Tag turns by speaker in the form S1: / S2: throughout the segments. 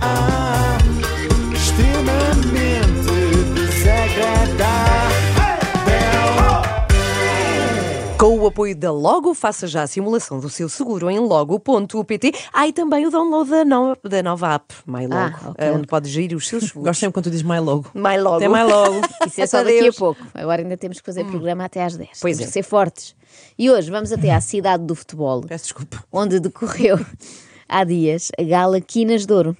S1: Ah, extremamente desagradável.
S2: Com o apoio da Logo, faça já a simulação do seu seguro em logo.pt. Há e também o download da, no- da nova app, MyLogo,
S3: Ah, ok.
S2: eh, onde pode gerir os seus seguros.
S4: Gosto sempre quando tu dizes mais logo.
S2: My Logo.
S4: Até mais logo. Hum.
S3: Isso é só daqui a pouco. Agora ainda temos que fazer programa até às 10.
S2: Pois
S3: temos
S2: é.
S3: que ser fortes. E hoje vamos até à cidade do futebol,
S4: Peço desculpa.
S3: onde decorreu há dias a gala Quinas de Ouro.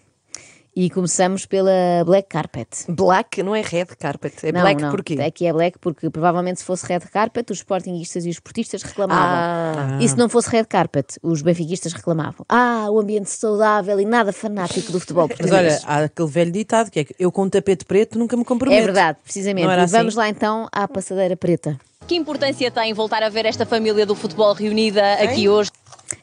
S3: E começamos pela Black Carpet.
S2: Black não é red carpet, é black porquê?
S3: Aqui é black porque provavelmente se fosse red carpet, os sportinguistas e os portistas
S4: Ah.
S3: reclamavam. E se não fosse red carpet, os benfiquistas reclamavam. Ah, o ambiente saudável e nada fanático do futebol português.
S4: Mas olha, Ah, há aquele velho ditado que é que eu com um tapete preto nunca me comprometo.
S3: é verdade, precisamente.
S4: Não era
S3: E vamos
S4: assim?
S3: lá então à passadeira preta.
S5: Que importância tem voltar a ver esta família do futebol reunida aqui hoje?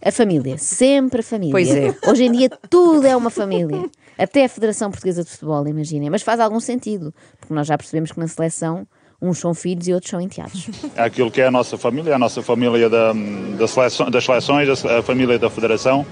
S3: A família, sempre a família.
S2: Pois é.
S3: Hoje em dia tudo é uma família. Até a Federação Portuguesa de Futebol, imaginem. Mas faz algum sentido, porque nós já percebemos que na seleção uns são filhos e outros são enteados.
S6: aquilo que é a nossa família, a nossa família da, da seleção- das seleções, a se- a família da federação.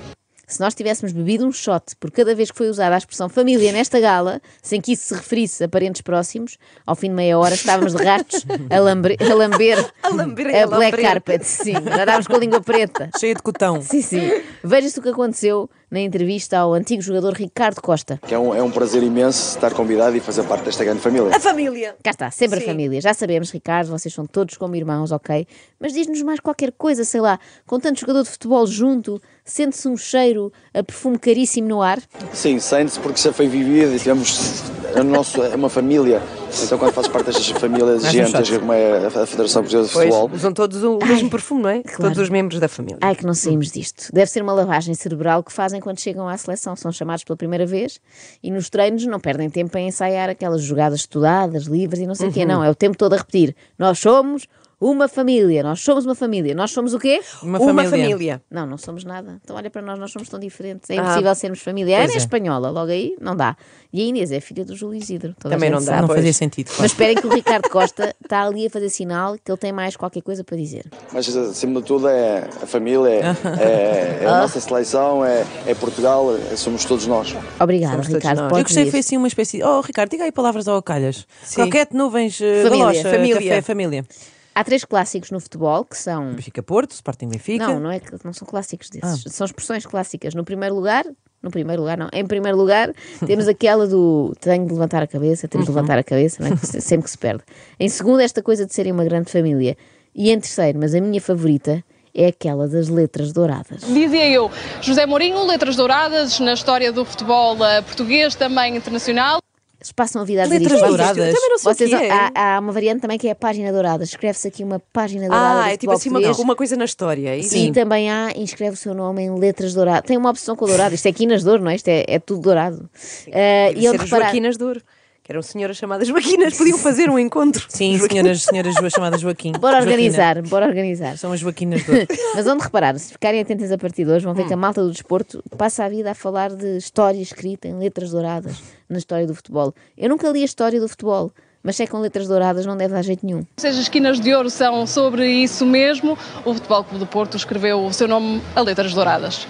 S3: Se nós tivéssemos bebido um shot por cada vez que foi usada a expressão família nesta gala, sem que isso se referisse a parentes próximos, ao fim de meia hora estávamos de rastos a, lambre, a lamber a,
S2: lamber e a
S3: black
S2: lamber.
S3: carpet. Sim, já estávamos com a língua preta.
S4: Cheia de cotão.
S3: Sim, sim. Veja-se o que aconteceu na entrevista ao antigo jogador Ricardo Costa.
S7: É um, é um prazer imenso estar convidado e fazer parte desta grande família.
S2: A família.
S3: Cá está, sempre
S2: Sim.
S3: a família. Já sabemos, Ricardo, vocês são todos como irmãos, ok? Mas diz-nos mais qualquer coisa, sei lá, com tanto jogador de futebol junto, sente-se um cheiro a perfume caríssimo no ar.
S7: Sim, sente-se porque já foi vivido e tivemos é, o nosso, é uma família. Então, quando fazes parte destas famílias
S4: um
S7: gigantes,
S4: shot.
S7: como é a Federação Portuguesa de
S2: Pois,
S7: Futebol,
S2: usam todos o mesmo perfume, não é? Todos os membros da família.
S3: Ai, é que não saímos disto. Deve ser uma lavagem cerebral que fazem quando chegam à seleção. São chamados pela primeira vez e nos treinos não perdem tempo em ensaiar aquelas jogadas estudadas, livres e não sei o quê. Não, é o tempo todo a repetir. Nós somos uma família, nós somos uma família, nós somos o quê?
S4: Uma
S2: Uma
S4: família.
S2: família.
S3: Não, não somos nada. Então olha para nós, nós somos tão diferentes. É impossível sermos família. A
S4: pois
S3: Ana é
S4: é.
S3: espanhola, logo aí não dá. E a Inês é filha do Júlio Isidro. Toda a
S2: Também
S3: gente
S2: não dá,
S3: sabe.
S4: Não
S2: pois.
S4: fazia sentido.
S3: Mas
S4: Claro.
S3: esperem que o Ricardo Costa está ali a fazer sinal que ele tem mais qualquer coisa para dizer.
S7: mas acima de tudo é a família, é, é- é a nossa seleção, é, é Portugal, é- somos todos nós.
S3: Obrigada,
S2: Somos todos
S3: Ricardo.
S2: nós.
S3: podes
S4: Eu gostei,
S3: ir.
S4: foi assim uma espécie de... Oh, Ricardo, diga aí palavras ao calhas. Croquete, nuvens, eh,
S3: Família.
S4: galocha,
S2: Família.
S4: café, família.
S3: Há três clássicos no futebol que são.
S4: Benfica Porto, Sporting Benfica. Ah.
S3: Não, não, é, que- não são clássicos desses. São expressões clássicas. No primeiro lugar, no primeiro lugar, não. Em primeiro lugar, temos aquela do tenho de levantar a cabeça, temos
S4: Uhum.
S3: de levantar a cabeça, não é? Que se- sempre que se perde. Em segundo, esta coisa de serem uma grande família. E em terceiro, mas a minha favorita é aquela das letras douradas.
S8: Dizia eu, José Mourinho, letras douradas na história do futebol eh, português, também internacional.
S3: Eles passam a vida a dizer
S4: Letras
S3: isto.
S4: douradas.
S2: Também não sei o
S3: Vocês,
S2: que é.
S3: há, há uma variante também que é a página dourada. Escreve-se aqui uma página dourada.
S2: Ah,
S3: do
S2: é tipo
S3: futebol
S2: assim uma,
S3: português.
S2: uma coisa na história. é isso?
S3: E também há, inscreve o seu nome em letras douradas. Tem uma opção com dourado. Isto é quinas de ouro, não é? Isto é, é tudo dourado. Ah,
S2: Deve
S3: e ele
S2: ser as
S3: repara-
S2: Joaquinas de Ouro. Que eram senhoras chamadas Joaquinas, podiam fazer um encontro.
S4: Sim, senhoras, senhoras Jo- chamadas Joaquim.
S3: Bora
S4: Joaquina.
S3: organizar, bora organizar.
S4: São as Joaquinas do...
S3: Mas onde reparar, se ficarem atentas a partir de hoje,
S2: Ah.
S3: vão ver que a malta do desporto passa a vida a falar de história escrita em letras douradas na história do futebol. Eu nunca li a história do futebol, mas se é com letras douradas não deve dar jeito nenhum.
S8: Ou seja, as esquinas de ouro são sobre isso mesmo. O Futebol Clube do Porto escreveu o seu nome a letras douradas.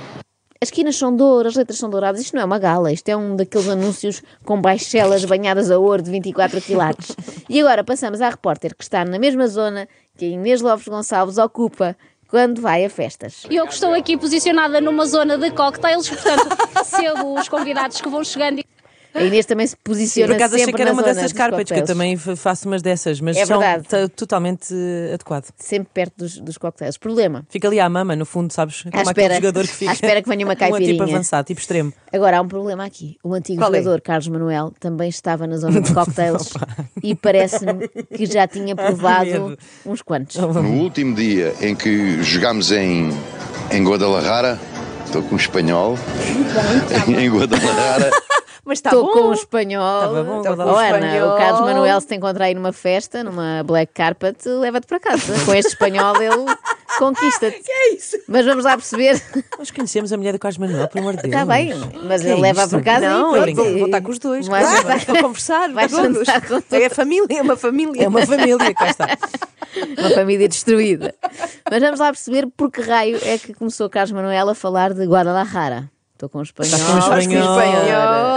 S3: As quinas são de ouro, as letras são douradas. Isto não é uma gala, isto é um daqueles anúncios com baixelas banhadas a ouro de 24 quilates. E agora passamos à repórter que está na mesma zona que a Inês Lopes Gonçalves ocupa quando vai a festas.
S9: Eu que estou aqui posicionada numa zona de cocktails, portanto, recebo os convidados que vão chegando.
S3: A Inês também se
S4: Por
S3: posiciona
S4: acaso achei
S3: sempre
S4: que era
S3: na
S4: uma
S3: zona
S4: dessas
S3: dos
S4: carpets, que eu
S3: cocktails.
S4: também fa- faço umas dessas, mas
S3: É
S4: são
S3: verdade.
S4: ta- totalmente eh, adequado.
S3: Sempre perto dos, dos cocktails. Problema.
S4: Fica ali à mama, no fundo, sabes? Como aquele
S3: espera-
S4: jogador que fica.
S3: à espera que venha uma
S4: Um tipo
S3: caipirinha.
S4: avançado, tipo extremo.
S3: Agora há um problema aqui. O antigo
S2: Qual é?
S3: jogador Carlos Manuel também estava na zona de cocktails e parece-me que já tinha provado
S4: medo.
S3: uns quantos.
S10: No último dia em que jogámos em, em Guadalajara, estou com um espanhol, em Guadalajara,
S2: Mas está
S3: Estou
S2: bom.
S3: com o espanhol.
S2: Estava bom,
S3: Estou
S2: guarda lá
S3: com
S2: o
S3: o Ana,
S2: espanhol.
S3: o Carlos Manuel, se te encontrar aí numa festa, numa black carpet, leva-te para casa. Com este espanhol ele conquista-te.
S2: é isso?
S3: Mas vamos lá perceber.
S4: Nós conhecemos a mulher do Carlos Manuel, pelo amor de Deus.
S3: Está Tá bem, mas
S4: Que
S3: ele
S4: é
S3: leva
S4: isto?
S3: para casa e
S4: Não,
S3: pronto, é
S4: eu vou-
S3: e-
S4: vou estar com os dois.
S3: Vai-
S4: claro.
S3: vai-
S4: Estou a conversar,
S3: Vais
S4: todos.
S3: jantar com
S4: É a família, é uma família. É uma família, cá está.
S3: uma família destruída. Mas vamos lá perceber por que raio é que começou Carlos Manuel a falar de Guadalajara. Estou com o espanhol.
S4: Está com o
S3: Ora,
S4: espanhol.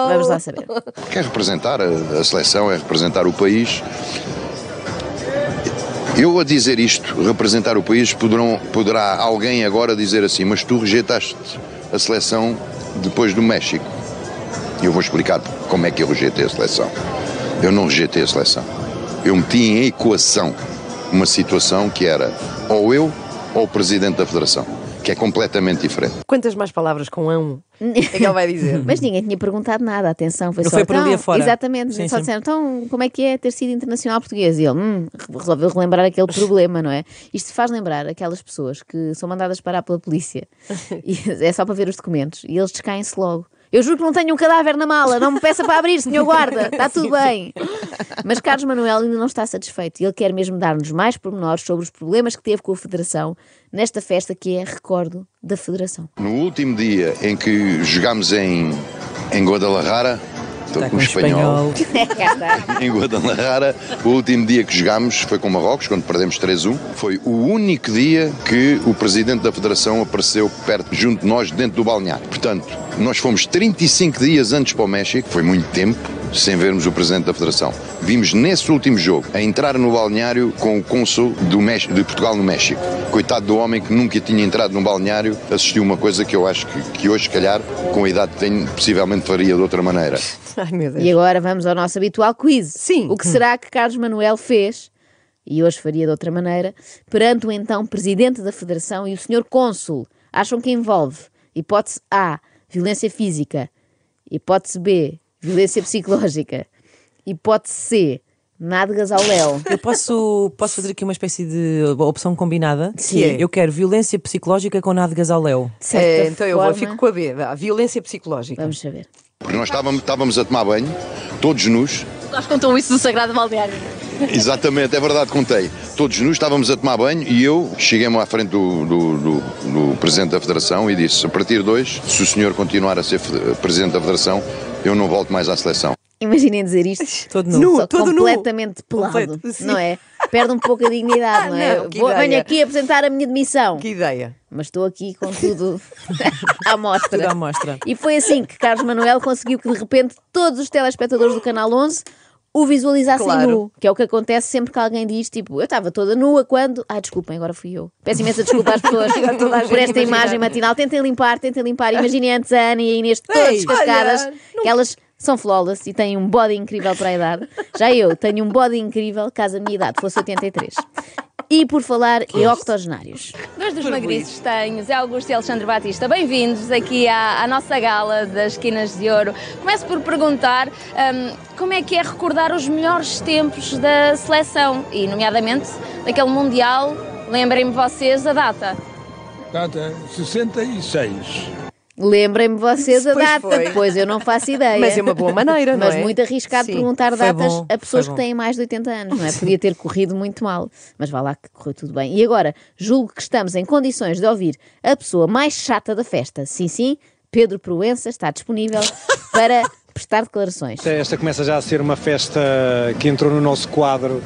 S3: Vamos lá saber.
S10: Quer representar a, a seleção, é representar o país. Eu a dizer isto, representar o país, poderão, poderá alguém agora dizer assim, mas tu rejeitaste a seleção depois do México. E eu vou explicar como é que eu rejeitei a seleção. Eu não rejeitei a seleção. Eu meti em equação uma situação que era ou eu ou o presidente da federação, que é completamente diferente.
S2: Quantas mais palavras com ão é que ele vai dizer?
S3: Mas ninguém tinha perguntado nada, atenção. Foi
S4: Uhum. Ele
S3: só
S4: foi por ali
S3: então,
S4: afora."
S3: Exatamente.
S4: Sim,
S3: só
S4: sim.
S3: disseram, então, como é que é ter sido internacional português? E ele "Hum", resolveu relembrar aquele problema, não é? Isto faz lembrar aquelas pessoas que são mandadas parar pela polícia e é só para ver os documentos e eles descaem-se logo. Eu juro que não tenho um cadáver na mala, não me peça para abrir, senhor guarda, está tudo bem. Mas Carlos Manuel ainda não está satisfeito e ele quer mesmo dar-nos mais pormenores sobre os problemas que teve com a Federação nesta festa que é recordo da Federação.
S10: No último dia em que jogámos em, em Guadalajara, estou com o espanhol.
S3: É, Cá está.
S10: Em Guadalajara, o último dia que jogámos foi com Marrocos, quando perdemos 3-1. Foi o único dia que o presidente da Federação apareceu perto, junto de nós, dentro do balneário. Portanto, nós fomos 35 dias antes para o México, foi muito tempo, sem vermos o presidente da Federação. Vimos nesse último jogo a entrar no balneário com o cônsul do Mex- de Portugal no México. Coitado do homem que nunca tinha entrado num balneário, assistiu uma coisa que eu acho que, que hoje, se calhar, com a idade que tenho, possivelmente faria de outra maneira.
S2: Ai, meu Deus.
S3: E agora vamos ao nosso habitual quiz.
S2: É. Sim.
S3: O que será que Carlos Manuel fez, e hoje faria de outra maneira, perante o então presidente da Federação e o senhor cônsul? Acham que envolve hipótese A, violência física, hipótese B, violência psicológica, hipótese C, nádegas ao léu.
S2: É,
S4: Eu posso, posso fazer aqui uma espécie de opção combinada? é,
S3: Sim.
S4: Eu quero violência psicológica com nádegas ao Léo.
S3: De certa
S2: É, então eu vou,
S3: forma-
S2: fico com a B, vá, violência psicológica.
S3: Vamos saber.
S10: Porque nós estávamos, estávamos a tomar banho, todos nus,
S5: Nós contou isso do Sagrado Balneário.
S10: exatamente, é verdade, contei. Todos nus estávamos a tomar banho e eu cheguei-me à frente do, do- do- do Presidente da Federação e disse: a partir de hoje, se o senhor continuar a ser fede- Presidente da Federação, eu não volto mais à seleção.
S3: Imaginem dizer isto
S4: Todo nu.
S3: só
S2: Nu, todo nu.
S3: completamente pelado,
S2: Completo, sim. Ah,
S3: não é? Perde um pouco a dignidade, não é?
S2: Não, que
S3: Vou- venho
S2: ideia.
S3: aqui apresentar a minha demissão.
S2: Que ideia.
S3: mas estou aqui com tudo à mostra.
S4: Tudo à mostra.
S3: E foi assim que Carlos Manuel conseguiu que de repente todos os telespectadores do Canal 11 o visualizassem
S2: Claro.
S3: nu, que é o que acontece sempre que alguém diz, tipo, eu estava toda nua quando... Ai, desculpem, agora fui eu. Peço imensa desculpa às pessoas
S2: toda a gente
S3: por esta
S2: a
S3: imagem
S2: imaginar.
S3: matinal. Tentem limpar, tentem limpar. Imaginem antes a Ana e a Inês todas
S4: Ei,
S3: descascadas, que elas são flawless e têm um body incrível para a idade. Já eu tenho um body incrível caso a minha idade fosse 83. E por falar em octogenários.
S5: Dois dos magriços tenho, Zé Augusto e Alexandre Batista. Bem-vindos aqui à, à nossa gala das Quinas de Ouro. Começo por perguntar hum, como é que é recordar os melhores tempos da seleção e, nomeadamente, daquele Mundial. Lembrem-me vocês a data.
S11: Data 66.
S3: Lembrem-me vocês a
S2: Pois
S3: data,
S2: foi.
S3: depois eu não faço ideia.
S2: Mas é uma boa maneira, não
S3: Mas
S2: é?
S3: muito arriscado
S2: Sim,
S3: perguntar
S4: foi
S3: datas
S4: bom,
S3: a pessoas
S4: foi
S3: que
S4: bom.
S3: têm mais de 80 anos, não é? Podia ter corrido muito mal, mas vá lá que correu tudo bem. E agora, julgo que estamos em condições de ouvir a pessoa mais chata da festa. Sim, sim, Pedro Proença está disponível para prestar declarações.
S12: Esta, esta começa já a ser uma festa que entrou no nosso quadro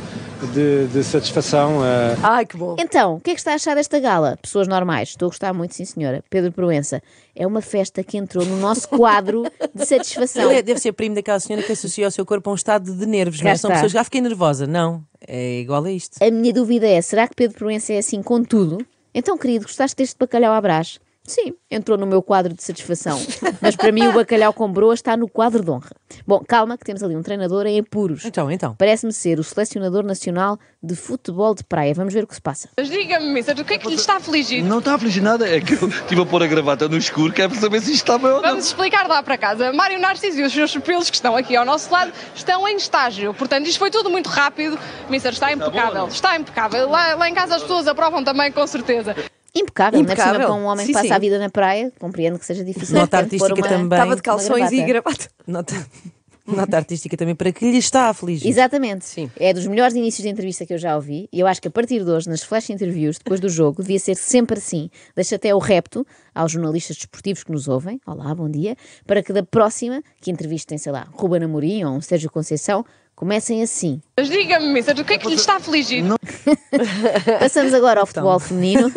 S12: de, de satisfação. eh,
S2: Ai, que bom.
S3: Então, o que é que está a achar desta gala? Pessoas normais, estou a gostar muito, sim senhora. Pedro Proença, é uma festa que entrou no nosso quadro de satisfação.
S4: Ele é- deve ser primo daquela senhora que associou o seu corpo a um estado de nervos,
S3: Cá
S4: não é? São
S3: está.
S4: pessoas que já fiquei nervosa. Não, é igual a isto.
S3: A minha dúvida é: será que Pedro Proença é assim com tudo? Então, querido, gostaste deste bacalhau à brás? Sim, entrou no meu quadro de satisfação. Mas para mim, o bacalhau com broa está no quadro de honra. Bom, calma, que temos ali um treinador em apuros.
S4: Então, então.
S3: Parece-me ser o selecionador nacional de futebol de praia. Vamos ver o que se passa.
S8: Mas diga-me, Mister, o que é que lhe está afligido?
S13: Não está a afligir nada, é que eu estive a pôr a gravata no escuro, que é para saber se isto está bem ou não.
S8: Vamos explicar lá para casa. Mário Narciso e os seus pupilos que estão aqui ao nosso lado estão em estágio. Portanto, isto foi tudo muito rápido. Mister, está impecável. Está impecável. Lá, lá em casa as pessoas aprovam também, com certeza.
S3: Impecável, não é possível
S2: Impecável.
S3: para um homem
S2: Sim,
S3: que passa
S2: sim.
S3: a vida na praia, compreendo que seja difícil.
S4: Nota
S3: de repente pôr
S4: artística
S3: uma-
S4: também.
S3: uma gravata.
S2: gravata.
S4: Nota, nota artística também para que lhe está a afligir.
S3: Exatamente. É dos melhores inícios de entrevista que eu já ouvi. E eu acho que a partir de hoje, nas flash interviews, depois do jogo, devia ser sempre assim. Deixo até o repto aos jornalistas desportivos que nos ouvem. Olá, bom dia. Para que da próxima, que entrevistem, sei lá, Ruben Amorim ou um Sérgio Conceição, comecem assim.
S8: Mas diga-me, Mister, o que é que lhe está a afligir?
S3: Passamos agora
S2: Então.
S3: ao futebol feminino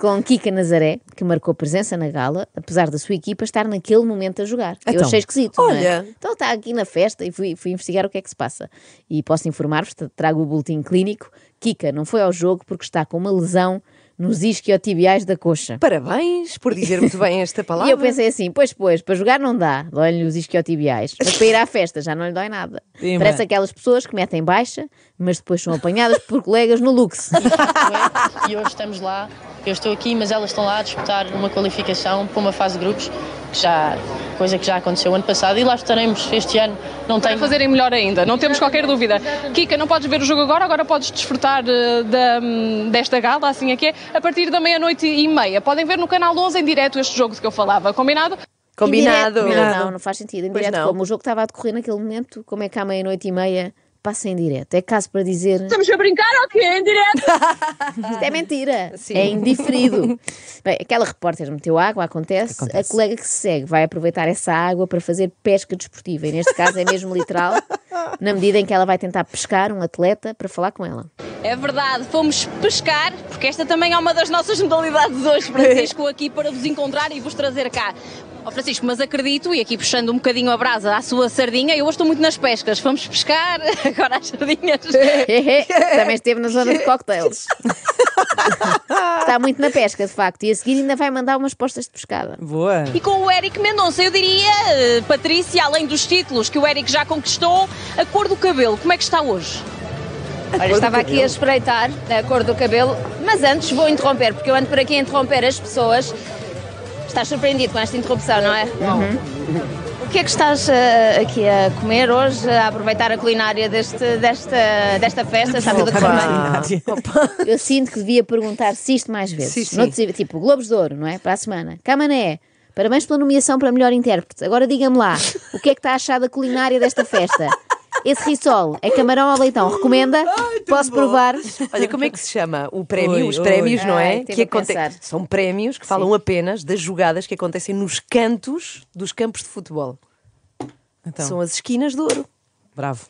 S3: com Kika Nazaré, que marcou presença na gala, apesar da sua equipa estar naquele momento a jogar. Eu
S2: Então,
S3: achei esquisito.
S2: olha.
S3: Não é? Então está aqui na festa e fui, fui investigar o que é que se passa. E posso informar-vos, tra- trago o boletim clínico. Kika não foi ao jogo porque está com uma lesão nos isquiotibiais da coxa.
S2: Parabéns por dizer muito bem esta palavra.
S3: E eu pensei assim, pois, pois, para jogar não dá, dói-lhe os isquiotibiais, mas para ir à festa já não lhe dói nada.
S2: Sim,
S3: Parece
S2: mas-
S3: aquelas pessoas que metem baixa, mas depois são apanhadas por colegas no luxo.
S14: e hoje estamos lá. Eu estou aqui, mas elas estão lá a disputar uma qualificação para uma fase de grupos, que já, coisa que já aconteceu ano passado, e lá estaremos este ano. Não
S8: Para
S14: tenho...
S8: fazerem melhor ainda, não temos qualquer dúvida. Kika, não podes ver o jogo agora, agora podes desfrutar eh, da, hum, desta gala, assim é que é, a partir da meia-noite e meia. Podem ver no canal 11 em direto este jogo de que eu falava, combinado?
S3: Em direto- Não, não, não faz sentido. Em
S8: Pois
S3: direto,
S8: não.
S3: como o jogo estava a decorrer naquele momento, como é que à meia-noite e meia passa em direto? É caso para dizer.
S8: Estamos a brincar ou quê? Em direto?
S3: Isto é mentira. É indiferido. Bem, aquela repórter meteu água, acontece. A colega que se segue vai aproveitar essa água para fazer pesca desportiva. E neste caso é mesmo literal, na medida em que ela vai tentar pescar um atleta para falar com ela.
S5: É verdade, fomos pescar, porque esta também é uma das nossas modalidades hoje, Francisco, aqui para vos encontrar e vos trazer cá. Ó Francisco, mas acredito, e aqui puxando um bocadinho a brasa à sua sardinha, eu hoje estou muito nas pescas. Fomos pescar, agora as sardinhas.
S3: Também esteve na zona de cocktails. Está muito na pesca, de facto. E a seguir ainda vai mandar umas postas de pescada.
S4: Boa.
S5: E com o Eric Mendonça, eu diria, eh, Patrícia, além dos títulos que o Eric já conquistou, a cor do cabelo, como é que está hoje?
S9: Olha, estava aqui a espreitar a cor do cabelo, mas antes vou interromper, porque eu ando por aqui a interromper as pessoas. Estás surpreendido com esta interrupção, não é? O que é que estás ah, aqui a comer hoje, a aproveitar a culinária deste, desta, desta festa? Está tudo a correr bem?
S3: Eu sinto que devia perguntar se isto mais vezes.
S9: Sim, sim.
S3: Noutros- tipo, Globos de Ouro, não é? Para a semana. Camané, parabéns pela nomeação para melhor intérprete. Agora diga-me lá, o que é que está a achar da culinária desta festa? Esse risol é camarão ao leitão, recomenda? Posso provar?
S2: Olha, como é que se chama o prémio?
S3: Oi,
S2: os
S3: oi.
S2: prémios, não
S3: Ai,
S2: é?
S3: teve
S2: que
S3: a pensar.
S2: São prémios que falam apenas das jogadas que acontecem nos cantos dos campos de futebol.
S3: Então.
S2: São as esquinas de ouro.
S4: Então, Bravo.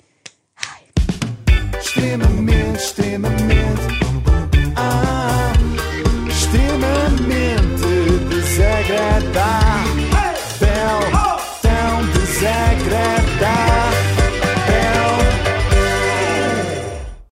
S1: Extremamente, extremamente. Ah, extremamente desagradável.